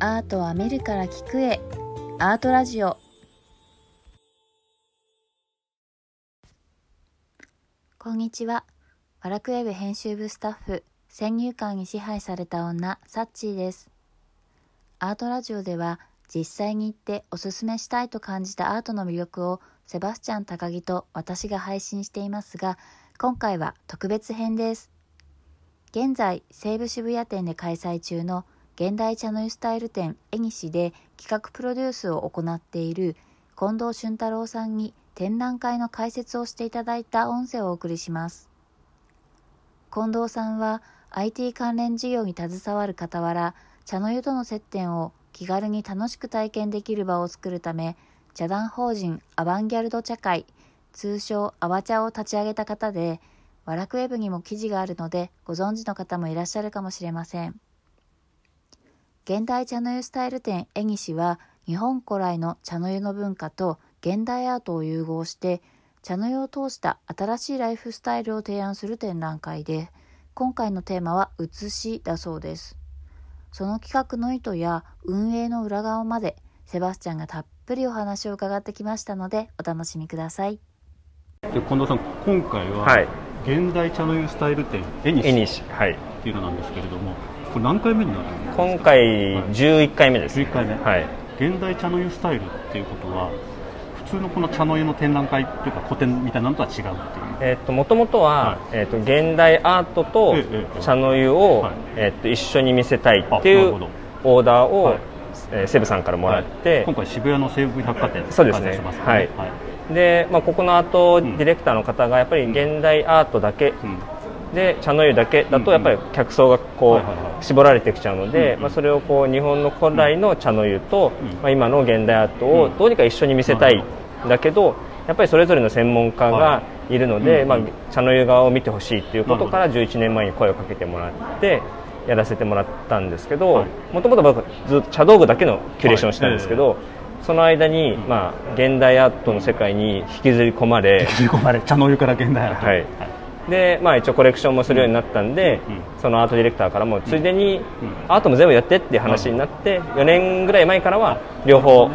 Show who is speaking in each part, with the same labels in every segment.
Speaker 1: アートは見るから聞くへアートラジオこんにちはワラクウェブ編集部スタッフ先入観に支配された女サッチーですアートラジオでは実際に行っておすすめしたいと感じたアートの魅力をセバスチャン高木と私が配信していますが今回は特別編です現在西武渋谷店で開催中の現代茶の湯スタイル展「えにし」で企画プロデュースを行っている近藤俊太郎さんに展覧会の解説をしていただいた音声をお送りします近藤さんは IT 関連事業に携わる傍ら茶の湯との接点を気軽に楽しく体験できる場を作るため茶団法人アバンギャルド茶会通称アワ茶を立ち上げた方でワラクウェブにも記事があるのでご存知の方もいらっしゃるかもしれません現代茶の湯スタイル展「えにし」は日本古来の茶の湯の文化と現代アートを融合して茶の湯を通した新しいライフスタイルを提案する展覧会で今回のテーマは「写し」だそうですその企画の意図や運営の裏側までセバスチャンがたっぷりお話を伺ってきましたのでお楽しみください
Speaker 2: で近藤さん、今回
Speaker 3: は、
Speaker 2: はい現代茶の湯スタイル展、エニシ
Speaker 3: 絵
Speaker 2: っ
Speaker 3: にし、はい、
Speaker 2: ていうのなんですけれども、これ何回目になるんですか
Speaker 3: 今回11回目です、
Speaker 2: 11回目
Speaker 3: はい、
Speaker 2: 現代茶の湯スタイルっていうことは、普通のこの茶の湯の展覧会というか、個展みたいなのとは違うっていう、
Speaker 3: えっともともとは、
Speaker 2: は
Speaker 3: えっと現代アートと
Speaker 2: ええええ
Speaker 3: 茶の湯を、
Speaker 2: はい
Speaker 3: えっと一緒に見せたいってい
Speaker 2: なる
Speaker 3: う
Speaker 2: ほど
Speaker 3: オーダーを、
Speaker 2: はい
Speaker 3: えーセブさんからもらって、
Speaker 2: 今回、渋谷の西武百貨店
Speaker 3: そうですね
Speaker 2: 開催してますよ
Speaker 3: はいで、まあ、ここのアートデ
Speaker 2: ん
Speaker 3: ィレクターの方がやっぱり現代アートだけ
Speaker 2: うん
Speaker 3: で茶の湯だけだ
Speaker 2: うん
Speaker 3: とや
Speaker 2: う
Speaker 3: っ
Speaker 2: ん
Speaker 3: ぱり客層がこ
Speaker 2: はいはいは
Speaker 3: う
Speaker 2: い
Speaker 3: 絞られてきちゃうの
Speaker 2: うん
Speaker 3: で
Speaker 2: う、ん
Speaker 3: まあ、それをこう日本の古来の茶の湯と
Speaker 2: うん、
Speaker 3: まあ、今の現代アートを
Speaker 2: うん
Speaker 3: どうにか一緒に見せた
Speaker 2: ないる
Speaker 3: んだけどやっぱりそれぞれの専門家
Speaker 2: は
Speaker 3: がいるので、
Speaker 2: うん
Speaker 3: まあ、茶の湯側を見てほしいっていうことか
Speaker 2: な
Speaker 3: ら11年前に声をかけてもらって。やらせてもらったんですけ
Speaker 2: は
Speaker 3: ど
Speaker 2: い
Speaker 3: もともと僕はずっと茶道具だけのキュレーションをしてたんですけど、その間に、
Speaker 2: ん
Speaker 3: まあ、現代アートの世界に引きずり込まれ
Speaker 2: 引き込まれ茶の湯から現代アート、
Speaker 3: はいで、まあ、一応コレクションもするようになったんで、
Speaker 2: うんうん
Speaker 3: そのアートディレクターからもついでに
Speaker 2: うん
Speaker 3: アートも全部やってっていう話になって4年ぐらい前からは両方
Speaker 2: なる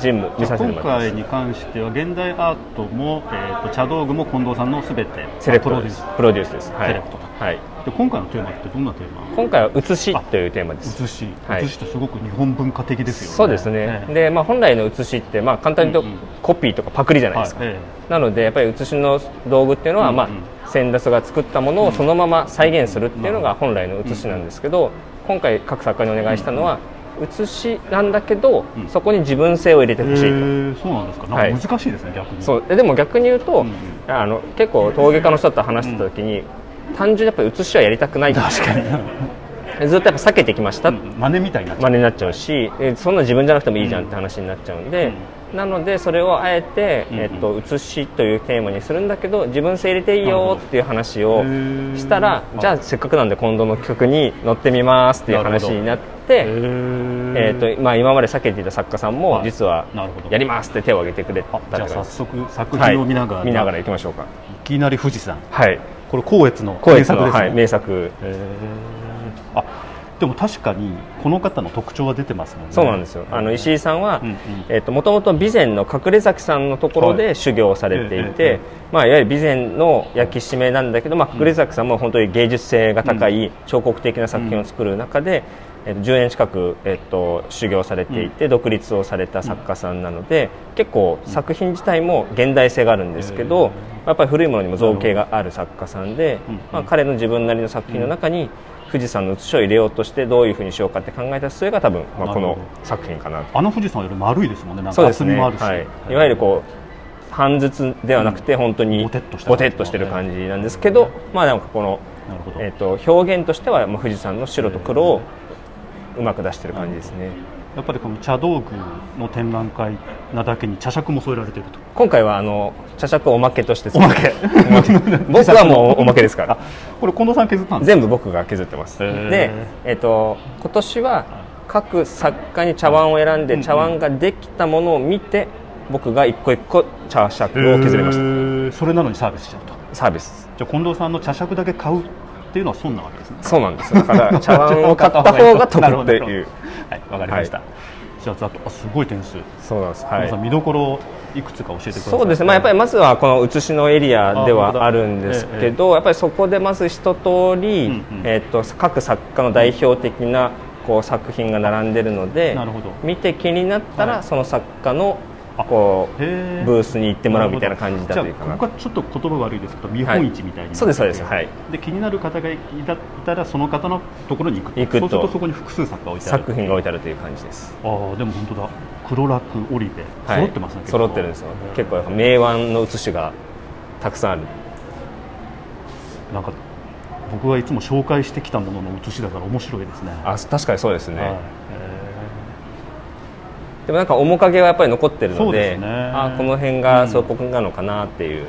Speaker 3: ジム見
Speaker 2: じゃ
Speaker 3: さ
Speaker 2: あ
Speaker 3: せて
Speaker 2: 今
Speaker 3: もらって
Speaker 2: 回
Speaker 3: ます
Speaker 2: に関しては、現代アートも、えーと茶道具も近藤さんのすべて、
Speaker 3: セレク
Speaker 2: プロ
Speaker 3: ト
Speaker 2: デュ
Speaker 3: で
Speaker 2: ース
Speaker 3: すプロデュースです、はい
Speaker 2: セレクトと
Speaker 3: はい、
Speaker 2: で今回のテーマってどんなテーマ
Speaker 3: 今回は「写し」というテーマです
Speaker 2: 写し
Speaker 3: はい
Speaker 2: 写しってすごく日本文化的ですよね。
Speaker 3: そうですね、
Speaker 2: ええ
Speaker 3: で、まあ、本来の写しって、まあ、簡単に言うと
Speaker 2: うんうん
Speaker 3: コピーとかパクリじゃない
Speaker 2: は
Speaker 3: で
Speaker 2: い
Speaker 3: すか、
Speaker 2: え
Speaker 3: なのでやっぱり写しの道具っていうの
Speaker 2: う
Speaker 3: は、
Speaker 2: んうん
Speaker 3: まあ、センダスが作ったものをそのまま再現するっていうのが本来の写しなんですけど、今回各作家にお願いしたのは、写しなんだけど、
Speaker 2: うん
Speaker 3: そこに自分性を入れ
Speaker 2: え
Speaker 3: てほしいと、
Speaker 2: へえそうなんですか。
Speaker 3: は
Speaker 2: ないんか難しいですね、逆に。
Speaker 3: そうえでも逆に言うと、
Speaker 2: うん
Speaker 3: あの結構陶芸家の人と話してた時に、単純にやっぱり写しはやりたくないって
Speaker 2: 確かに。
Speaker 3: ずっとやっぱ避けてきました、
Speaker 2: うん真似みたいになっちゃ
Speaker 3: 真
Speaker 2: う。
Speaker 3: 似になっちゃうし、えそんな自分じゃなくてもいいじゃんって話になっちゃうんで、なのでそれをあえて、
Speaker 2: うんうん
Speaker 3: えっと、写しというテーマにするんだけど自分性入れていいよっていう話を
Speaker 2: へえ
Speaker 3: したらじゃあせっかくなんで今度の曲に乗ってみますっていう話になっ
Speaker 2: へ
Speaker 3: て。
Speaker 2: え
Speaker 3: えーとまあ、今まで避けていた作家さんも
Speaker 2: はい
Speaker 3: 実は
Speaker 2: なるほど
Speaker 3: やりますって手を挙げてくれた
Speaker 2: あ
Speaker 3: っ
Speaker 2: じ
Speaker 3: て
Speaker 2: ゃ
Speaker 3: 感
Speaker 2: あ
Speaker 3: じ
Speaker 2: 早速作
Speaker 3: はい
Speaker 2: 品を見ながら、
Speaker 3: 見ながら
Speaker 2: い
Speaker 3: 行きましょうか
Speaker 2: きなり富士山。
Speaker 3: はい
Speaker 2: これ光悦の
Speaker 3: 声
Speaker 2: 名
Speaker 3: の
Speaker 2: 作ですね。
Speaker 3: はい、名作
Speaker 2: へえあでも確かにこの方の特徴は出てますもんね。
Speaker 3: そうなんですよあの石井さんは
Speaker 2: うんうん
Speaker 3: もともと備前の隠れ崎さんのところ
Speaker 2: は
Speaker 3: で
Speaker 2: い
Speaker 3: 修行をされてい
Speaker 2: えええ
Speaker 3: て、
Speaker 2: え
Speaker 3: まあ、いわゆる備前の焼き締めなんだけど、まあ、隠れ崎さんも本当に芸術性が高い彫刻的な作品を作る中で、えっと10年近く、えっと、修行されていて独立をされた作家さんなので結構作品自体も現代性があるんですけ
Speaker 2: え
Speaker 3: どやっぱり古いものにも造形がある作家さんで
Speaker 2: うんうん、
Speaker 3: まあ、彼の自分なりの作品の中に富士山の写しを入れようとしてどういうふうにしようかって考えた末が多分、ま
Speaker 2: な
Speaker 3: あ、こ
Speaker 2: る
Speaker 3: の
Speaker 2: ほ
Speaker 3: 作品かなと
Speaker 2: あの富士山より丸いですもんね。なん
Speaker 3: そう
Speaker 2: か
Speaker 3: です
Speaker 2: 厚み
Speaker 3: ね、
Speaker 2: もあるし。
Speaker 3: はい、いわゆるこう半筒ではなくて本当に
Speaker 2: ぼてっとした
Speaker 3: ぼてっとしてる感じなんですけど、まあなんかこの、
Speaker 2: なるほど。
Speaker 3: えー、と表現としてはまあ富士山の白と黒をうまく出してる感じですね
Speaker 2: やっぱりこの茶道具の展覧会なだけに茶杓も添えられていると
Speaker 3: 今回はあの茶杓をおまけとして
Speaker 2: おまけ
Speaker 3: おまけ僕はもうおまけですか
Speaker 2: あ
Speaker 3: ら
Speaker 2: これ近藤さん削ったんです
Speaker 3: 全部僕が削ってます
Speaker 2: へー
Speaker 3: で、えー、と今年は各作家に茶碗を選ん
Speaker 2: うんう
Speaker 3: で
Speaker 2: ん
Speaker 3: 茶碗ができたものを見て僕が一個一個茶杓を削りまし
Speaker 2: へーそれなのにサービスしちゃうと
Speaker 3: たサービス
Speaker 2: じゃあ近藤さんの茶杓だけ買うっていうのは損なわけですね
Speaker 3: そうなんですだ から茶碗を買った方が得っていう
Speaker 2: はいわかりました、
Speaker 3: は
Speaker 2: じゃあざっとあすごい点数、
Speaker 3: そうなんです
Speaker 2: は
Speaker 3: はい
Speaker 2: さん見どころをいくつか教えてください
Speaker 3: そうですね、まあ、やっぱりまずはこの写しのエリアで
Speaker 2: あ本当
Speaker 3: は
Speaker 2: だ
Speaker 3: あるんですけど、やっぱりそこでまず一通り、
Speaker 2: うんうん
Speaker 3: えっと各作家の代表的なこう作品が並んでるので
Speaker 2: なるほど
Speaker 3: 見て気になったら、
Speaker 2: はい
Speaker 3: その作家の
Speaker 2: あ
Speaker 3: こう
Speaker 2: へ
Speaker 3: ブー
Speaker 2: ス
Speaker 3: スに行ってもらうみたいな感じだというか
Speaker 2: じゃあ
Speaker 3: な
Speaker 2: ここがちょっと言葉悪いですけど見本市みたいになってて、
Speaker 3: そうですそうですはい
Speaker 2: で気になる方がいたいたらその方のところに行く
Speaker 3: 行くと
Speaker 2: そうするとそこに複数作が置いてある
Speaker 3: 作品が置いてあるという感じです、
Speaker 2: ああでも本当だ黒楽オリベ
Speaker 3: はい
Speaker 2: 揃ってますね、結構
Speaker 3: 揃ってるんですよ結構やっぱ名腕の写しがたくさんある
Speaker 2: なんか僕がいつも紹介してきたものの写しだから面白いですね
Speaker 3: あ確かにそうですね、
Speaker 2: はい
Speaker 3: でもなんか面影はやっぱり残ってる
Speaker 2: そ
Speaker 3: の
Speaker 2: うで
Speaker 3: です
Speaker 2: ね
Speaker 3: あこの辺
Speaker 2: う
Speaker 3: が
Speaker 2: ん
Speaker 3: 彫刻なのかなっていう、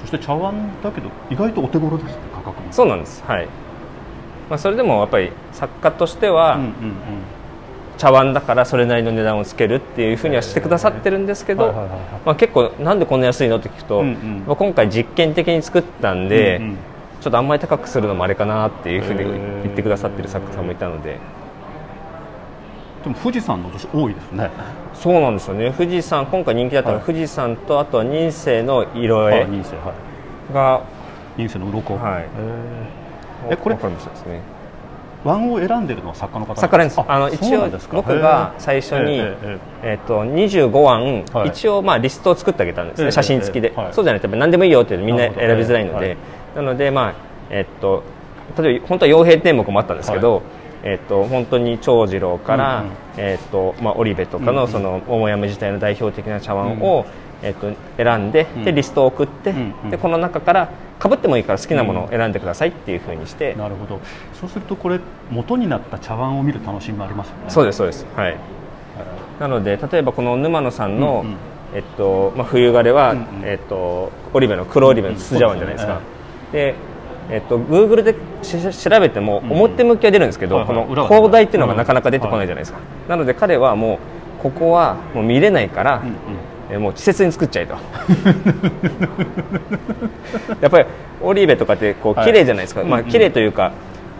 Speaker 2: そして茶碗だけど意外とお手頃ですね価格も
Speaker 3: そうなんですはい、まあ、それでもやっぱり作家としては、
Speaker 2: うんうんうん
Speaker 3: 茶碗だからそれなりの値段をつけるっていうふうにはしてくださってるんですけど、
Speaker 2: はいはいはいはい
Speaker 3: まあ、結構なんでこんな安いのって聞くと、
Speaker 2: うんうん
Speaker 3: まあ、今回実験的に作ったんで、
Speaker 2: うんうん
Speaker 3: ちょっとあんまり高くするのもあれかなっていうふうに
Speaker 2: へー
Speaker 3: 言ってくださってる作家さんもいたので、
Speaker 2: でも富士山の写し多いですね
Speaker 3: そうなんですよね富士山今回人気だったのは
Speaker 2: はい
Speaker 3: 富士山とあとは人生の色
Speaker 2: あ
Speaker 3: 絵
Speaker 2: 人生はい
Speaker 3: が
Speaker 2: 人生の鱗
Speaker 3: はい
Speaker 2: へええこれ
Speaker 3: わかりましたですね
Speaker 2: ワンを選んでるのは作家の方
Speaker 3: 作家ですあの
Speaker 2: そう
Speaker 3: 一
Speaker 2: な
Speaker 3: 応
Speaker 2: んですか
Speaker 3: 僕が最初
Speaker 2: へ
Speaker 3: に、
Speaker 2: え
Speaker 3: え
Speaker 2: えええ
Speaker 3: っと25案、
Speaker 2: はい
Speaker 3: 一応まあリストを作ってあげたんですね、
Speaker 2: ええ
Speaker 3: 写真付きで、
Speaker 2: ええはい
Speaker 3: そうじゃないとやっぱ何でもいいよってみん
Speaker 2: な
Speaker 3: な
Speaker 2: る
Speaker 3: 選
Speaker 2: ほ
Speaker 3: び
Speaker 2: ど
Speaker 3: づらいので、
Speaker 2: え
Speaker 3: なのでまあえっと例えば本当は傭兵天目もあったんですけど、えっと本当に長次郎から、
Speaker 2: うんうん
Speaker 3: えっとまあ織部とか
Speaker 2: うんう
Speaker 3: の
Speaker 2: ん
Speaker 3: その桃山自体の代表的な茶碗を、えっと選んでで
Speaker 2: うん
Speaker 3: リストを送って、
Speaker 2: うんうん
Speaker 3: でこの中からかぶってもいいから好きなものを選んでくださいっていうふうにして、
Speaker 2: なるほどそうするとこれ元になった茶碗を見る楽しみもありますよね
Speaker 3: そう
Speaker 2: で
Speaker 3: ですそうですはいなので例えばこの沼野さんの、
Speaker 2: うんうん
Speaker 3: えっとまあ、冬枯れは、
Speaker 2: うんうん
Speaker 3: えっと、オリベの黒オリベの筒茶碗じゃないですか、
Speaker 2: うん
Speaker 3: でえっと、Google でしし調べても
Speaker 2: うん
Speaker 3: 表向きは出るんですけど、
Speaker 2: はいはい
Speaker 3: こ
Speaker 2: 裏は
Speaker 3: の
Speaker 2: 出ない
Speaker 3: 広大っていうのがなかなか出てこないじゃないですか、なので彼はもうここはもう見れないから、
Speaker 2: うんうん
Speaker 3: えもう稚拙に作っちゃえと やっぱりオリーベとかってこう
Speaker 2: はい
Speaker 3: 綺麗じゃないですか、
Speaker 2: うんうん
Speaker 3: まあ綺麗というか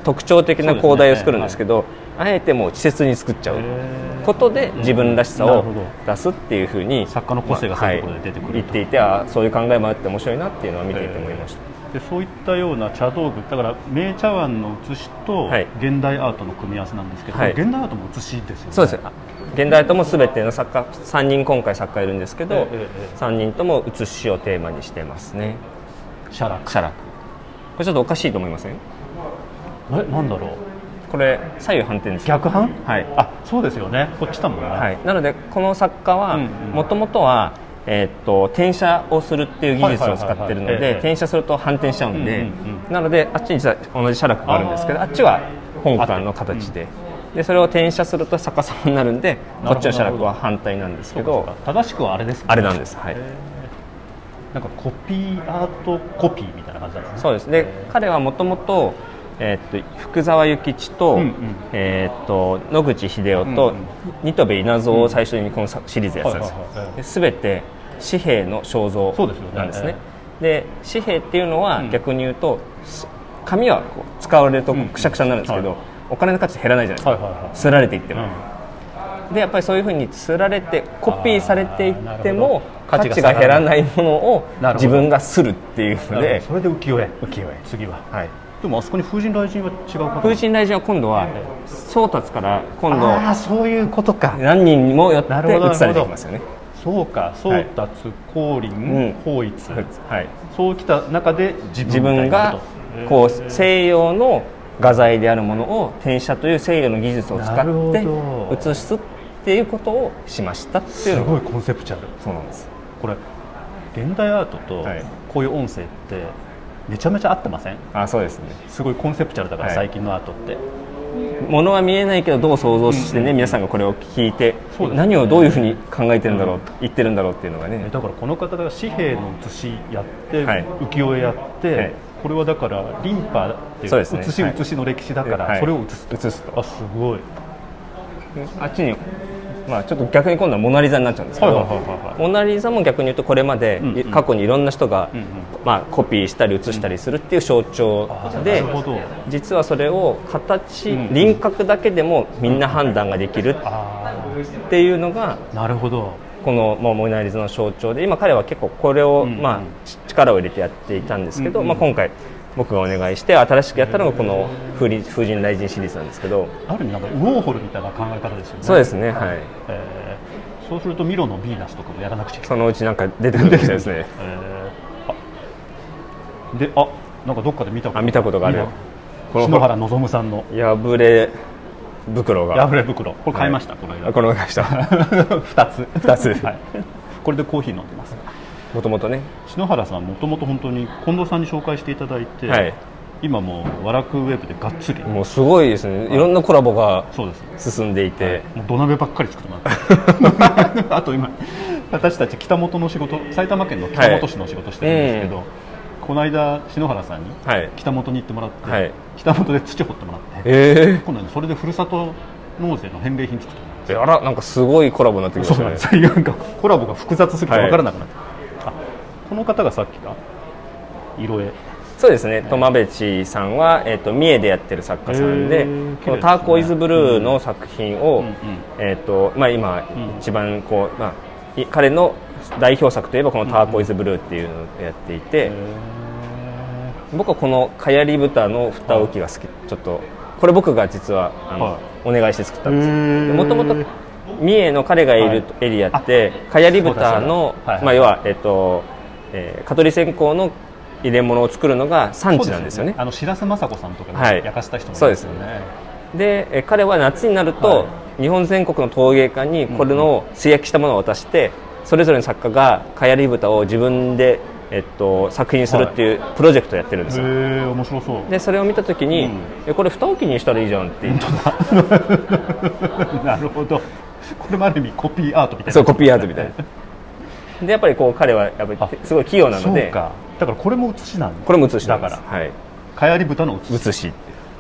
Speaker 3: 特徴的な広大を作るんですけどあえてもう稚拙に作っちゃう
Speaker 2: へー
Speaker 3: ことで自分らしさ
Speaker 2: なる
Speaker 3: を
Speaker 2: ほど
Speaker 3: 出すっていうふうに
Speaker 2: 作家の個性がそういうところで出てくると
Speaker 3: まあはい言っていてあーそういう考えもあって面白いなっていうのは見ていて思いました、
Speaker 2: でそういったような茶道具だから名茶碗の写しと
Speaker 3: はい
Speaker 2: 現代アートの組み合わせなんですけど、
Speaker 3: はい
Speaker 2: 現代アートも写しですよね
Speaker 3: そうですあ現代とも全ての作家3人今回作家いるんですけ
Speaker 2: え
Speaker 3: ど、
Speaker 2: えええ
Speaker 3: 3人とも写しをテーマにしてますね
Speaker 2: 写楽
Speaker 3: 写楽これちょっとおかしいと思いません
Speaker 2: えなんだろう
Speaker 3: これ左右反転です
Speaker 2: 逆版
Speaker 3: はい
Speaker 2: あそうですよねこっちだもんね、
Speaker 3: はい、なのでこの作家は
Speaker 2: うんうん
Speaker 3: もともとは、えーっと転写をするっていう技術を使ってるの
Speaker 2: はいはいはいはいええ
Speaker 3: で転写すると反転しちゃうんで、
Speaker 2: うんうん
Speaker 3: なのであっちに実は同じ写楽があるんですけど
Speaker 2: あ
Speaker 3: あ
Speaker 2: ー
Speaker 3: っちは本館の形で,、でそれを転写すると逆さまになるんでこっちの写楽は反対なんですけ
Speaker 2: そう
Speaker 3: ど
Speaker 2: か正しくはあれですね
Speaker 3: あれなんですはい、
Speaker 2: へーなんかコピーアートコピーみたいな感じなんですね
Speaker 3: そうですで彼はもともと,、えーっと福沢諭吉と,、
Speaker 2: うんうん
Speaker 3: えーっと野口英世
Speaker 2: う
Speaker 3: と
Speaker 2: んうん
Speaker 3: 新渡部稲造を最初にこのさシリーズやってたんですよ
Speaker 2: はいはいはい
Speaker 3: で全て紙幣の肖
Speaker 2: そう
Speaker 3: 像
Speaker 2: ですよね
Speaker 3: なんですね
Speaker 2: え
Speaker 3: で紙幣っていうの
Speaker 2: う
Speaker 3: は
Speaker 2: ん
Speaker 3: 逆に言うと、す紙はこう使われると
Speaker 2: うんうん
Speaker 3: くしゃくしゃになるんですけど、
Speaker 2: はい
Speaker 3: お金の価値減らないじゃないですか、
Speaker 2: はいはいはい
Speaker 3: すられていっても、
Speaker 2: う
Speaker 3: でやっぱりそういうふうにすられてコピーされてい
Speaker 2: あーな
Speaker 3: って
Speaker 2: るほど
Speaker 3: も価値
Speaker 2: 価
Speaker 3: が
Speaker 2: 値が
Speaker 3: 減らないものを
Speaker 2: なるほど
Speaker 3: 自分がするっていうの
Speaker 2: ん
Speaker 3: で
Speaker 2: それで浮世絵浮世絵次は
Speaker 3: はい
Speaker 2: でもあそこに風神雷神は違うか
Speaker 3: 風神雷神は今度は宗達から今
Speaker 2: ああ
Speaker 3: 度
Speaker 2: そういうことか
Speaker 3: 何人にもよって
Speaker 2: なるほど
Speaker 3: 移されていきますよね。
Speaker 2: そうか宗達光
Speaker 3: ん
Speaker 2: 琳光一
Speaker 3: はい、
Speaker 2: そうきた中で自
Speaker 3: 自
Speaker 2: 分
Speaker 3: 分がこう西洋の画材であるものを転写という西洋の技術を使
Speaker 2: なるほど
Speaker 3: って写すっていうことをしましたってい
Speaker 2: す
Speaker 3: うのが
Speaker 2: ごいコンセプチュアル
Speaker 3: そうなんです
Speaker 2: これ現代アートと
Speaker 3: はい
Speaker 2: こういう音声ってめちゃめちゃ合ってません
Speaker 3: あそうですね
Speaker 2: すごいコンセプチュアルだから
Speaker 3: はい
Speaker 2: 最近のアートって
Speaker 3: 物は見えないけどどう想像してね、皆さんがこれを聞いて、
Speaker 2: そうですね
Speaker 3: 何をどういうふうに考えてるんだろう、言ってるんだろうっていうのが
Speaker 2: え
Speaker 3: ね
Speaker 2: だからこの方が紙幣の写しやって、
Speaker 3: はい
Speaker 2: 浮世絵やって、
Speaker 3: はい
Speaker 2: これはだからリンパっていう
Speaker 3: そうですね
Speaker 2: 写し
Speaker 3: はい
Speaker 2: 写しの歴史だから、
Speaker 3: はい
Speaker 2: それを写すと
Speaker 3: 写すと
Speaker 2: あすごい
Speaker 3: あっちにまあ、ちょっと逆に今度はモナ・リザになっちゃうんですけど、
Speaker 2: はいはいはいはいはい
Speaker 3: モナ・リザも逆に言うとこれまで
Speaker 2: うんうん
Speaker 3: 過去にいろんな人が、
Speaker 2: うんうん
Speaker 3: まあ、コピーしたり写したりするっていう象徴で、
Speaker 2: なるほど
Speaker 3: 実はそれを形、
Speaker 2: うんうん
Speaker 3: 輪郭だけでもみんな判断ができる
Speaker 2: あ
Speaker 3: っていうのが
Speaker 2: あなるほど
Speaker 3: この、まあ、モナ・リザの象徴で今彼は結構これを、
Speaker 2: うんうん
Speaker 3: まあ、ち力を入れてやっていたんですけど、
Speaker 2: うんうん
Speaker 3: まあ、今回僕がお願いして新しくやったのがこの風鈴「風神雷神」シリーズなんですけど
Speaker 2: ある意味なんかウォーホルみたいな考え方ですよね
Speaker 3: そうですねはい
Speaker 2: えーそうするとミロのヴィーナスとかもやらなくちゃいけない
Speaker 3: そのうちなんか出てくるみたいで すね
Speaker 2: えーあであなんかどっかで見たこと
Speaker 3: あ見たことがある
Speaker 2: 今
Speaker 3: この
Speaker 2: 篠原望さんの
Speaker 3: 破れ袋が
Speaker 2: 破れ袋これ買いました、この
Speaker 3: あ
Speaker 2: 間
Speaker 3: この 会社
Speaker 2: 2つ
Speaker 3: 二つ
Speaker 2: はい、これでコーヒー飲んでます
Speaker 3: もともとね
Speaker 2: 篠原さんもともと本当に近藤さんに紹介していただいて、
Speaker 3: はい
Speaker 2: 今もう和楽ウェブでがっつり
Speaker 3: もうすごいですねいろんなコラボが
Speaker 2: そうです
Speaker 3: 進んでいて、
Speaker 2: もう土鍋ばっかり作ってもら ってあと今私たち北本の仕事埼玉県の北本市の仕事してるんですけど、
Speaker 3: は
Speaker 2: この間篠原さんに
Speaker 3: はい
Speaker 2: 北本に行ってもらって、
Speaker 3: はい
Speaker 2: 北本で土掘ってもらって
Speaker 3: え
Speaker 2: 今度はねそれでふるさと納税の返礼品作ってもらって
Speaker 3: えあらなんかすごいコラボになってきま
Speaker 2: そ
Speaker 3: し
Speaker 2: う
Speaker 3: た
Speaker 2: なん
Speaker 3: ね
Speaker 2: ですよなんかコラボが複雑すぎて分からなくなって、あこの方がさっきか色絵
Speaker 3: そうですね、トマベチさんは、えっと三重でやってる作家さん
Speaker 2: へ
Speaker 3: で
Speaker 2: ー綺麗で
Speaker 3: こ
Speaker 2: す
Speaker 3: の
Speaker 2: ね
Speaker 3: ターコイズブルーの作品を、
Speaker 2: うんうん
Speaker 3: えっとまあ、今、
Speaker 2: うん
Speaker 3: 一番こう、まあ、い彼の代表作といえばこの「ターコイズブルー」っていうのをやっていて、僕はこのかやり豚の蓋置きが好き、ちょっとこれ僕が実はあの、
Speaker 2: は
Speaker 3: お願いして作ったんです
Speaker 2: へー
Speaker 3: もともと三重の彼がいるエリアって、かやり
Speaker 2: そ
Speaker 3: 豚の
Speaker 2: うだそうだはいはい
Speaker 3: まあ、要は、えっとえー、蚊取り線香の入れ物を作るのが産地なんですよね
Speaker 2: あの白洲雅子さんとか
Speaker 3: は
Speaker 2: が
Speaker 3: い
Speaker 2: 焼かした人もい
Speaker 3: そう
Speaker 2: ま
Speaker 3: ですす
Speaker 2: よ
Speaker 3: ね
Speaker 2: ね、
Speaker 3: でえー彼は夏になると、
Speaker 2: は
Speaker 3: 日本全国の陶芸家にこれの素焼きしたものを渡して、それぞれの作家がかやり豚を自分で、えっと、作品するっていうプロジェクトをやってるんですよ、
Speaker 2: へえ面白 そう
Speaker 3: でそれを見た時に、
Speaker 2: うん
Speaker 3: えこれ蓋置きにしたらいいじゃんって言って
Speaker 2: なるほどこれもある意味コピーアートみたいな
Speaker 3: そうコピーアートみたいなでやっぱりこう彼はやっぱり
Speaker 2: あ
Speaker 3: すごい器用なの
Speaker 2: そ
Speaker 3: で
Speaker 2: うかだからこれも写しなん
Speaker 3: これも写しな
Speaker 2: だ
Speaker 3: んで
Speaker 2: か
Speaker 3: す
Speaker 2: ら
Speaker 3: はい
Speaker 2: かやり豚の写し
Speaker 3: 写しって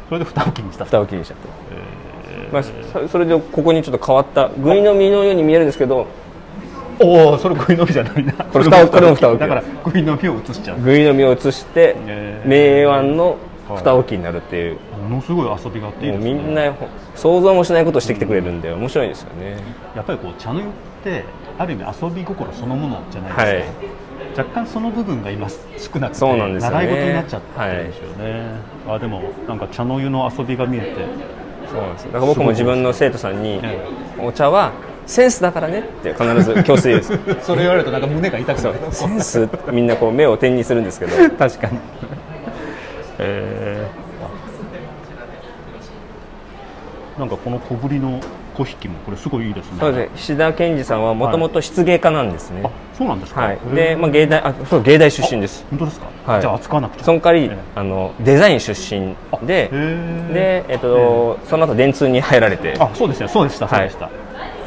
Speaker 2: それで蓋を気にした
Speaker 3: 蓋を切りにしちゃって、まあそ、それでここにちょっと変わったグイの実のように見えるんですけど
Speaker 2: おおそれグイの実じゃないな
Speaker 3: これ蓋をこれも蓋を
Speaker 2: だからグイの実を写しちゃう
Speaker 3: グイの実を写して
Speaker 2: へー
Speaker 3: 明暗の蓋置きになるっていう、
Speaker 2: ものすごい遊びがあっていい
Speaker 3: も
Speaker 2: ですね
Speaker 3: うみんなほ想像もしないことをしてきてくれるんで面白いですよね、
Speaker 2: やっぱりこう茶の湯ってある意味遊び心そのものじゃないですか、若干その部分が今少なくて
Speaker 3: そうなんですよね
Speaker 2: 習い事になっちゃってるんですよね、あでもなんか茶の湯の遊びが見えて
Speaker 3: そうなんですよだから僕も自分の生徒さんに
Speaker 2: え
Speaker 3: お茶はセンスだからねって必ず強制言うん ですよ
Speaker 2: それ言われるとなんか胸が痛くなる
Speaker 3: センスってみんなこう目を点にするんですけど
Speaker 2: 確かに えーなんかこの小ぶりの粉引もこれすごいいいですね
Speaker 3: そうですね菱田健二さんはもともと漆芸家なんですね、
Speaker 2: あそうなんですか、
Speaker 3: はい
Speaker 2: へー
Speaker 3: でまあ、芸大あそう芸大出身です
Speaker 2: 本当ですか、
Speaker 3: はい
Speaker 2: じゃあ扱わなくちゃ
Speaker 3: その代わ
Speaker 2: え
Speaker 3: りあのデザイン出身で
Speaker 2: えへえ
Speaker 3: で、えっとその後電通に入られて
Speaker 2: あそうですねそうでしたそうでした、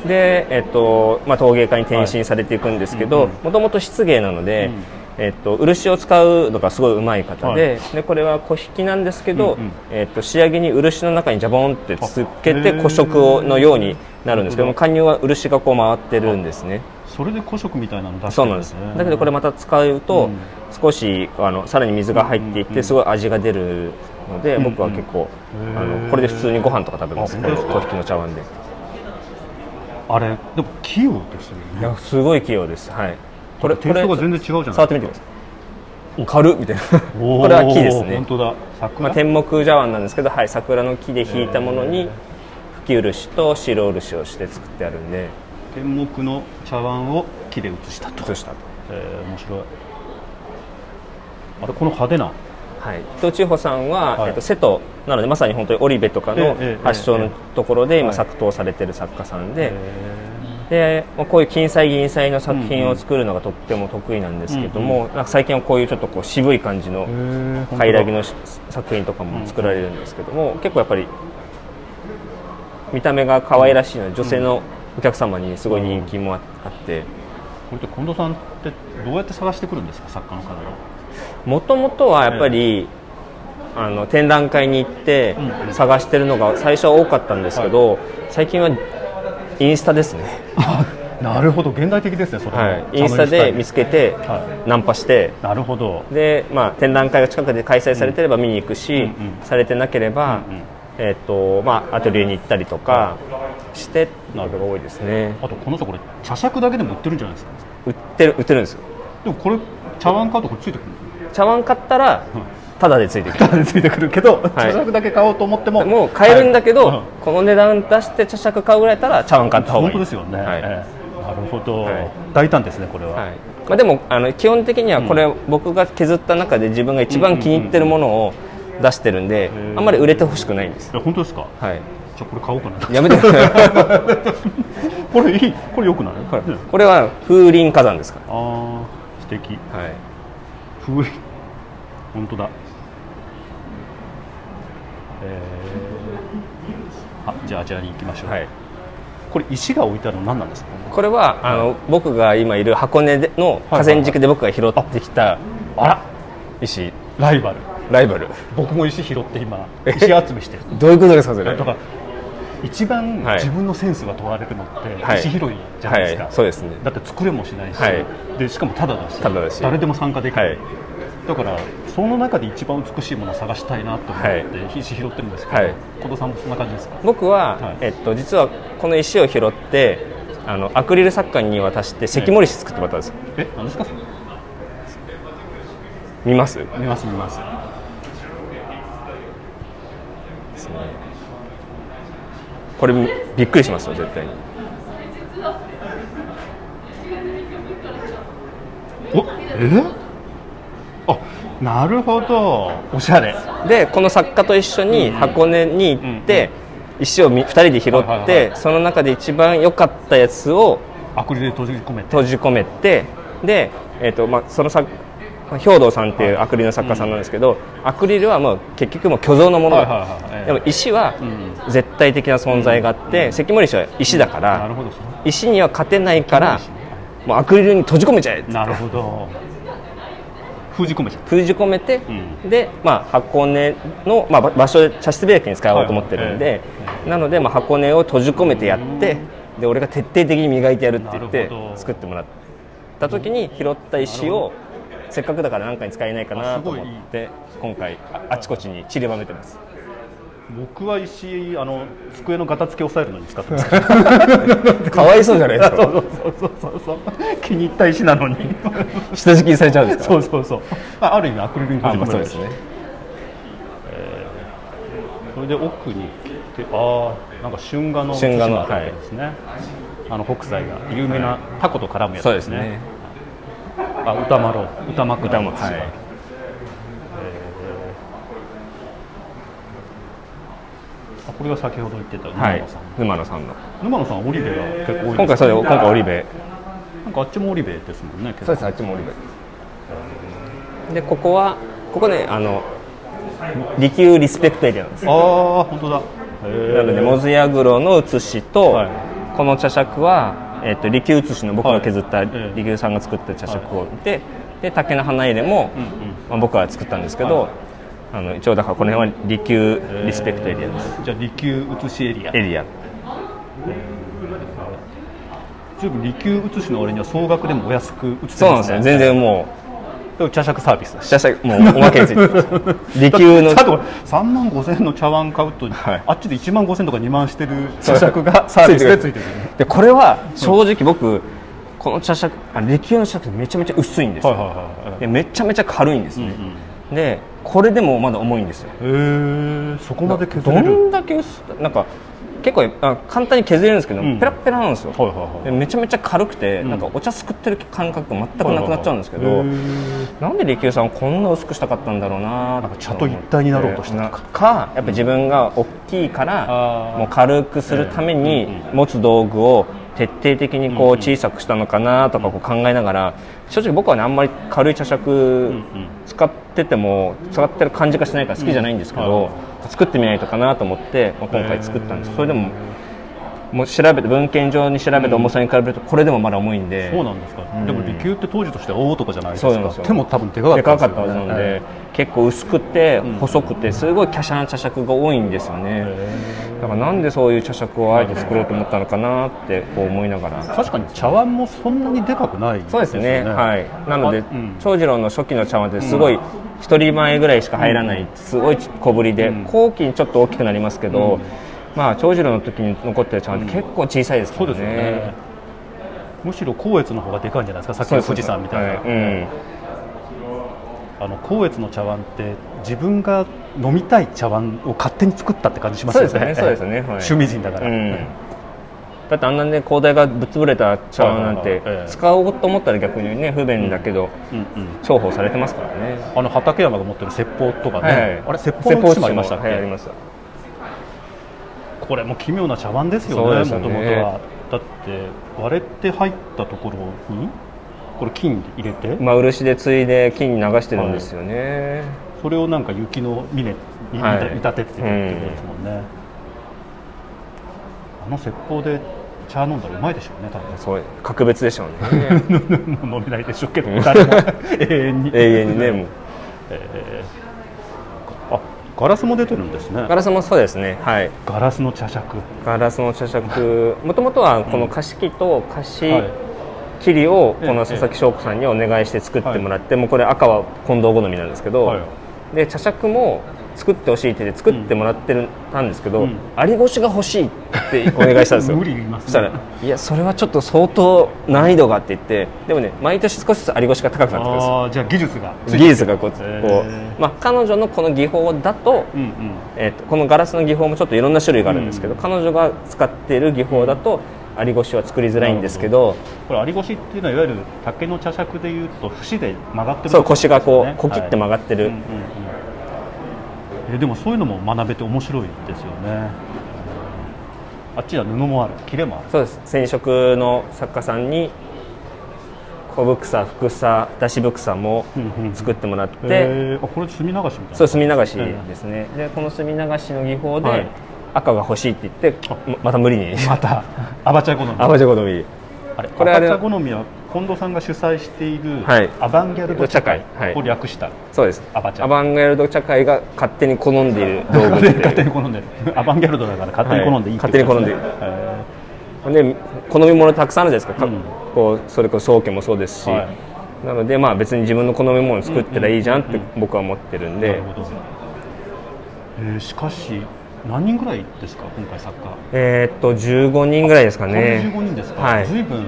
Speaker 3: で、えっとまあ、陶芸家に転身されていくんですけ
Speaker 2: はい
Speaker 3: ど
Speaker 2: うんうん
Speaker 3: もともと漆芸なので、
Speaker 2: うん
Speaker 3: えっと漆を使うのがすごい上手い方で,、でこれは小引きなんですけど、
Speaker 2: うんうん
Speaker 3: えっと仕上げに漆の中にジャボンってつけて
Speaker 2: あへー
Speaker 3: 古色をのようになるんですけど
Speaker 2: な
Speaker 3: も
Speaker 2: るほど
Speaker 3: 貫入は漆がこう回ってるんですね。
Speaker 2: それで古色みたいなの出して
Speaker 3: そう
Speaker 2: る
Speaker 3: なん
Speaker 2: ん
Speaker 3: で
Speaker 2: ですすね
Speaker 3: だけどこれまた使う
Speaker 2: う
Speaker 3: と
Speaker 2: ん
Speaker 3: 少しあのさらに水が入っていっ
Speaker 2: うんうんう
Speaker 3: て
Speaker 2: ん
Speaker 3: すごい味が出るの
Speaker 2: う
Speaker 3: で
Speaker 2: んうん
Speaker 3: 僕は結構
Speaker 2: へー
Speaker 3: あのこれで普通にご飯とか食べます
Speaker 2: あ
Speaker 3: こ
Speaker 2: 本当
Speaker 3: の
Speaker 2: ですか
Speaker 3: 粉引きの茶碗で
Speaker 2: あれでも器用ですよ
Speaker 3: い
Speaker 2: ね
Speaker 3: やすごい器用ですはいこれ
Speaker 2: テイストが全然違うじゃないですか
Speaker 3: 触ってみてください軽っみたいな
Speaker 2: おー
Speaker 3: これは木ですね
Speaker 2: 本、当だ
Speaker 3: ま
Speaker 2: 桜、
Speaker 3: あ、天目茶碗なんですけど、はい、桜の木で引いたもの
Speaker 2: へ
Speaker 3: に
Speaker 2: ー
Speaker 3: 吹き漆と白漆をして作ってあるんで
Speaker 2: 天目の茶碗を木で写したと
Speaker 3: 移したと
Speaker 2: えー面白いあれこの派手な
Speaker 3: はい、伊藤千穂さんは、
Speaker 2: はい
Speaker 3: えっと、瀬戸なのでまさに本当に織部とか
Speaker 2: ええ
Speaker 3: の
Speaker 2: ええ
Speaker 3: 発祥
Speaker 2: え
Speaker 3: の
Speaker 2: え
Speaker 3: ところで今
Speaker 2: はい
Speaker 3: 作陶されてる作家さんで,、
Speaker 2: え
Speaker 3: でまあこういう金彩銀彩の作品を作るのがとっても得意なんですけども、なんか最近はこういうちょっとこう渋い感じの
Speaker 2: ー
Speaker 3: 海らぎのし作品とかも作られるんですけども、結構やっぱり見た目が可愛らしいので女性のお客様にすごい人気もああって。
Speaker 2: これって近藤さんってどうやって探してくるんですか作家の 方が
Speaker 3: もともとはやっぱり、あの展覧会に行って
Speaker 2: うん
Speaker 3: 探してるのが最初は多かったんですけど、最近はインスタですね、
Speaker 2: なるほど現代的ですねそれ
Speaker 3: はい、インスタで見つけて、
Speaker 2: は
Speaker 3: ナンパして
Speaker 2: なるほど
Speaker 3: で、まあ、展覧会が近くで開催されてれば見に行くし、
Speaker 2: うんうん
Speaker 3: されてなければ、
Speaker 2: うんうん
Speaker 3: えっとまあ、アトリエに行ったりとかしてなことが多いですね
Speaker 2: あとこの人これ茶杓だけでも売ってるんじゃないですか
Speaker 3: 売ってる売ってるんですよ
Speaker 2: でもこれ茶碗買うとこれついてくる
Speaker 3: 茶碗買ったらタダでついてくる
Speaker 2: だからついてくるけど、
Speaker 3: い
Speaker 2: 茶杓だけ買おうと思っても
Speaker 3: もう買えるんだけど、
Speaker 2: はいうん
Speaker 3: この値段出して茶杓買うぐらいだったら茶碗買った方がい
Speaker 2: 本当で
Speaker 3: い
Speaker 2: すよね、
Speaker 3: はい
Speaker 2: ええなるほど、
Speaker 3: はい
Speaker 2: 大胆ですねこれは、
Speaker 3: はいまあ、でもあの基本的にはこれ、僕が削った中で自分が一番気に入ってるものを出してるんで、
Speaker 2: うん
Speaker 3: あんまり売れてほしくないんです、
Speaker 2: いや本当ですか
Speaker 3: はい、
Speaker 2: じゃあこれ買おうかな
Speaker 3: やめてください
Speaker 2: これいいこれ良くない、
Speaker 3: これ
Speaker 2: ね
Speaker 3: これは風林火山ですか
Speaker 2: ああ素敵
Speaker 3: ら、はい、
Speaker 2: 古い本当だえーあじゃああちらに行きましょう、
Speaker 3: はい、
Speaker 2: これ石が置いてあるの何なんですか
Speaker 3: これはあの僕が今いる箱根での河川敷で僕が拾ってきた
Speaker 2: あら
Speaker 3: 石
Speaker 2: ライバル
Speaker 3: ライバル
Speaker 2: 僕も石拾って今石集めしてる
Speaker 3: どういうことですかそれ
Speaker 2: だから一番
Speaker 3: はい
Speaker 2: 自分のセンスが問われるのって、
Speaker 3: はい
Speaker 2: 石拾いじゃないですか、
Speaker 3: はいそうですね
Speaker 2: だって作れもしないし、
Speaker 3: はい
Speaker 2: でしかもタダだし
Speaker 3: タダだし
Speaker 2: 誰でも参加できる、
Speaker 3: はい
Speaker 2: だからその中で一番美しいものを探したいなと思って、
Speaker 3: は
Speaker 2: 石拾ってるんですけど、
Speaker 3: はい
Speaker 2: 小田さんもそんな感じですか
Speaker 3: 僕は、
Speaker 2: はい
Speaker 3: えっと、実はこの石を拾ってあのアクリル作家に渡して関森石作ってもらったんですよ
Speaker 2: え何ですかそれ
Speaker 3: 見ます
Speaker 2: 見ます見ます
Speaker 3: ですねこれびっくりしますよ絶対に
Speaker 2: おえあなるほどおしゃれ
Speaker 3: でこの作家と一緒に箱根に行って、石をみ2人で拾って、
Speaker 2: はいはいは
Speaker 3: その中で一番良かったやつを
Speaker 2: アクリルで閉じ込めて
Speaker 3: 閉じ込めてで、えーとまあ、その作兵道さんっていうアクリルの作家さんなんですけど、アクリルはもう結局もう虚像のものだ、
Speaker 2: はいはいはいええ
Speaker 3: でも石は
Speaker 2: う
Speaker 3: 絶対的な存在があって、関森氏は石だか
Speaker 2: なる
Speaker 3: ら
Speaker 2: ほどそ
Speaker 3: 石には勝てないから
Speaker 2: 関
Speaker 3: もうアクリルに閉じ込めちゃえって
Speaker 2: うなるほ ど封じ込めちゃっ
Speaker 3: 封じ込めて、
Speaker 2: う
Speaker 3: で、まあ、箱根の、まあ、ば場所で茶室開きに使おうと思ってるんで、
Speaker 2: はい
Speaker 3: なので、まあ、箱根を閉じ込めてやって、で俺が徹底的に磨いてやるって言っ
Speaker 2: な
Speaker 3: て
Speaker 2: るほど
Speaker 3: 作ってもらった時に拾った石をせっかくだから何かに使えないか
Speaker 2: あ
Speaker 3: な
Speaker 2: す
Speaker 3: と
Speaker 2: ごい
Speaker 3: 思って今回ああちこちに散りばめてます
Speaker 2: た僕は石あの机のガタ付け押さえるのに使ってます
Speaker 3: かわ いそうじゃないです
Speaker 2: そ
Speaker 3: か
Speaker 2: うそうそうそうそう気に入った石な のに
Speaker 3: 下敷きにされちゃうんですか
Speaker 2: そうそうそうあある意味アクリルに閉
Speaker 3: あ
Speaker 2: じ
Speaker 3: まあ
Speaker 2: 込
Speaker 3: そ
Speaker 2: め
Speaker 3: うで
Speaker 2: る
Speaker 3: すね
Speaker 2: それで奥に行ってああなんか春画の
Speaker 3: 春画の
Speaker 2: 土があるわけですね、あの北斎が有名なタコと絡むやつ
Speaker 3: そうで
Speaker 2: ですすね、
Speaker 3: ね
Speaker 2: あ歌まろう歌まく
Speaker 3: 歌
Speaker 2: ら
Speaker 3: も
Speaker 2: の土が
Speaker 3: はい
Speaker 2: あこれが先ほど言ってた沼
Speaker 3: はい
Speaker 2: 野さん、
Speaker 3: 沼野さんの
Speaker 2: 沼野さんオリベが結構多いですね
Speaker 3: 今回そうで今回オリベ
Speaker 2: なんかあっちもオリベですもんね結構
Speaker 3: そうですあっちもオリベでここはここねあの利休リスペクトエリアなんです
Speaker 2: ああ本当だ
Speaker 3: なのでモズヤグロの写しと、
Speaker 2: はい
Speaker 3: この茶杓は、えっと利休写しの僕が削っ
Speaker 2: は
Speaker 3: た
Speaker 2: いええ
Speaker 3: 利休さんが作った茶杓をでで竹の花入れも、
Speaker 2: うんうん
Speaker 3: まあ、僕は作ったんですけど、
Speaker 2: はい
Speaker 3: あの一応だからこの辺は利休リスペクトエリアです、
Speaker 2: すじゃあ利休写しエリア
Speaker 3: エリア
Speaker 2: 十分利休写しの割には総額でもお安く写ってますね
Speaker 3: そうなんですよ全然も
Speaker 2: でも茶杓サービスだ
Speaker 3: う
Speaker 2: し
Speaker 3: 茶杓もうおまけについてます 利休の
Speaker 2: だって3万5000円の茶碗買うと、
Speaker 3: はい
Speaker 2: あっちで1万5000とか2万してる茶杓がサービスでついてくる
Speaker 3: でこれは正直僕この茶杓あ利休の茶杓めちゃめちゃ薄いんですよ、
Speaker 2: はい
Speaker 3: でめちゃめちゃ軽いんですね、
Speaker 2: うん
Speaker 3: でこれでもまだ重いんですよ
Speaker 2: へえそこまで削
Speaker 3: ど
Speaker 2: れる
Speaker 3: んだけ薄なんか結構あ簡単に削れるんですけど、
Speaker 2: うん
Speaker 3: ペラッペラなんですよ、
Speaker 2: はいはいはい
Speaker 3: でめちゃめちゃ軽くて、
Speaker 2: ん
Speaker 3: なんかお茶すくってる感覚全くなくなっちゃうんですけど、
Speaker 2: はいはいはいへ
Speaker 3: なんで利休さんはこんな薄くしたかったんだろうななん
Speaker 2: か茶と一体になろうとしたのか
Speaker 3: かやっぱ自分が大きいから
Speaker 2: あー
Speaker 3: もう軽くするために
Speaker 2: うん
Speaker 3: 持つ道具を徹底的に
Speaker 2: う
Speaker 3: こ
Speaker 2: ん
Speaker 3: う
Speaker 2: うん
Speaker 3: 小さくしたのかなとかこう考えながら正直僕はねあんまり軽い茶
Speaker 2: んう
Speaker 3: 杓
Speaker 2: ん
Speaker 3: 使ってても使ってる感じがしないから好きじゃないんですけど、
Speaker 2: う
Speaker 3: 作ってみないとかなと思って、まあ今回作ったんですそれでももう調べて文献上に調べた重さに比べるとこれでもまだ重いんで、
Speaker 2: そうなんですか、
Speaker 3: うん
Speaker 2: でも利休って当時としては大男じゃないです
Speaker 3: そうなん
Speaker 2: か
Speaker 3: ですよ
Speaker 2: 手も多分でかか
Speaker 3: で
Speaker 2: った
Speaker 3: か
Speaker 2: んです
Speaker 3: か
Speaker 2: よ
Speaker 3: っ
Speaker 2: ね
Speaker 3: たはずなんで、結構薄くて
Speaker 2: うん
Speaker 3: 細くてすごい華奢な茶杓が多いんですよね、
Speaker 2: へ
Speaker 3: だからなんでそういう茶杓をあえて作ろうと思ったのかなってこう思いながら
Speaker 2: ー確かに茶碗もそんなにでかくない
Speaker 3: そうですねはいいなので、
Speaker 2: あうん
Speaker 3: 長次郎の初期の茶碗ってすごい一人前ぐらいしか入らないすごい小ぶりで、
Speaker 2: うん
Speaker 3: 後期にちょっと大きくなりますけど、
Speaker 2: うん
Speaker 3: まあ長次郎の時に残ってる茶碗って結構小さいですか
Speaker 2: そう
Speaker 3: ら
Speaker 2: ですよね
Speaker 3: ね、
Speaker 2: むしろ光悦の方がでかいんじゃないですかさっきの富士山みたいな、
Speaker 3: はうん
Speaker 2: あの光悦の茶碗って自分が飲みたい茶碗を勝手に作ったって感じしますよね
Speaker 3: そうですねそうですねはい
Speaker 2: 趣味人だから、
Speaker 3: うんだってあんなね広大がぶっ潰れた茶碗なん
Speaker 2: はい
Speaker 3: て
Speaker 2: はいはいええ
Speaker 3: 使おうと思ったら逆にね不便だけど
Speaker 2: うんうん
Speaker 3: 重宝されてますからね
Speaker 2: あの畠山が持ってる説法とかね、あれ説法
Speaker 3: 説
Speaker 2: の
Speaker 3: 法
Speaker 2: 口もありましたっけ、
Speaker 3: はいありました
Speaker 2: これも奇妙な茶碗ですよ
Speaker 3: そう
Speaker 2: ね
Speaker 3: で
Speaker 2: も
Speaker 3: す
Speaker 2: と
Speaker 3: よね
Speaker 2: もとはだって割れて入ったところにこれ金入れて、
Speaker 3: まあ漆で継いで金に流してるんですよね、
Speaker 2: それをなんか雪の峰に見た
Speaker 3: はい
Speaker 2: 見立ててるってことですもんね、あの説法で茶飲んだらうまいでしょうね多分
Speaker 3: そう格別でしょうね
Speaker 2: もう飲めないでしょうけど誰も永遠に
Speaker 3: 永遠にねもう
Speaker 2: えーあガラスも出てるんですね
Speaker 3: ガラスもそうですねはい
Speaker 2: ガラスの茶杓
Speaker 3: ガラスの茶杓もともとはこの菓子器と菓子
Speaker 2: はい
Speaker 3: 切りを
Speaker 2: ええ
Speaker 3: この佐々木翔子さんにお願いして作ってもらって、もうこれ赤は近藤好みなんですけど、
Speaker 2: はい
Speaker 3: で茶杓も作ってほしいって言って作ってもらってるたんですけど、
Speaker 2: うん
Speaker 3: ありごしが欲しいってお願いしたんですよ
Speaker 2: 無理言いますね
Speaker 3: そしたら「いやそれはちょっと相当難易度が」って言ってでもね毎年少しずつありごしが高くなってくるんですよ
Speaker 2: ああじゃあ技術が
Speaker 3: 技術がこうこ
Speaker 2: へー
Speaker 3: う、まあ、彼女のこの技法だと,、
Speaker 2: うんうん
Speaker 3: えっとこのガラスの技法もちょっといろんな種類があるんですけど、
Speaker 2: うん
Speaker 3: 彼女が使っている技法だとありごしは作りづらいんですけど
Speaker 2: これ有越っていうのはいわゆる竹の茶杓でいうと節で曲がってる
Speaker 3: そう腰がこうこきって
Speaker 2: が
Speaker 3: 曲がってる、
Speaker 2: うんうんうんえでもそういうのも学べて面白いですよねあっちには布もある切れもある
Speaker 3: そうです染色の作家さんに小ぶ草福草だしぶ草も作ってもらって、
Speaker 2: えあこれ墨流しみたいな
Speaker 3: そう墨流しですね、でこの墨流しの技法で、
Speaker 2: はい
Speaker 3: 赤が欲しいって言ってままた無理に
Speaker 2: また アバチャ好み
Speaker 3: アバジャ好み
Speaker 2: あれ
Speaker 3: これ
Speaker 2: ア
Speaker 3: あ
Speaker 2: バ
Speaker 3: れ
Speaker 2: チャ好みは近藤さんが主催している、
Speaker 3: はい
Speaker 2: アバンギャルド茶会
Speaker 3: 茶会は
Speaker 2: を
Speaker 3: い
Speaker 2: 略した
Speaker 3: そうです
Speaker 2: アバチャ
Speaker 3: アバンギャルド茶会が勝手に好んでいる道具
Speaker 2: 勝手に勝手に好 んでるアバンギャルドだから勝手に好んでいいってこと
Speaker 3: はい勝手に好んで
Speaker 2: すねへ
Speaker 3: で好みものたくさんあるじゃないですかか、
Speaker 2: うん
Speaker 3: こうそれこそ宗家もそうですし、
Speaker 2: は
Speaker 3: なのでまあ別に自分の好みもの作ったらいいじゃんって僕は思ってるん
Speaker 2: え
Speaker 3: で、
Speaker 2: なるほど、えーしかし何人ぐらいですか今回作家
Speaker 3: えーっと15人ぐらいですか
Speaker 2: ね、
Speaker 3: ね
Speaker 2: 15人ですか、
Speaker 3: はい
Speaker 2: 随分いっ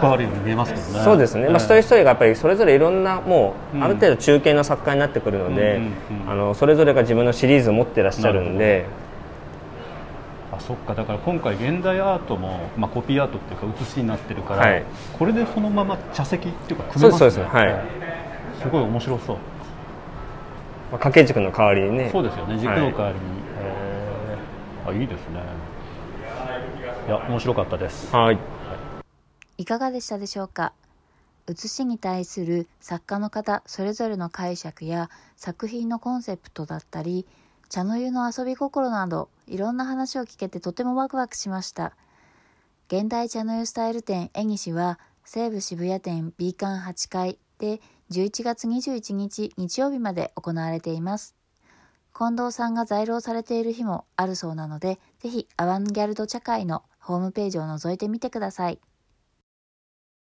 Speaker 2: ぱいあるように見えますけどね
Speaker 3: そうですね、まあ、一人一
Speaker 2: 人
Speaker 3: 人がやっぱりそれぞれいろんなもう
Speaker 2: うん
Speaker 3: ある程度中堅の作家になってくるので、
Speaker 2: うんうんうん
Speaker 3: あのそれぞれが自分のシリーズを持ってらっしゃるんで
Speaker 2: あそっかだから今回現代アートも、まあ、コピーアートっていうか写しになってるから、
Speaker 3: はい
Speaker 2: これでそのまま茶席っていうか組めますね
Speaker 3: そうですそうですはい
Speaker 2: すごい面白そう
Speaker 3: まあ掛け軸の代わりにね
Speaker 2: そうですよね軸の代
Speaker 3: は
Speaker 2: わりに、へーあいいですねいや面白かったです
Speaker 3: はい
Speaker 1: いかがでしたでしょうか写しに対する作家の方それぞれの解釈や作品のコンセプトだったり茶の湯の遊び心などいろんな話を聞けてとてもワクワクしました現代茶の湯スタイル展絵西は西武渋谷店 B 館8階で11月21日日曜日まで行われています近藤さんが在廊されている日もあるそうなのでぜひアバンギャルド茶会のホームページを覗いてみてください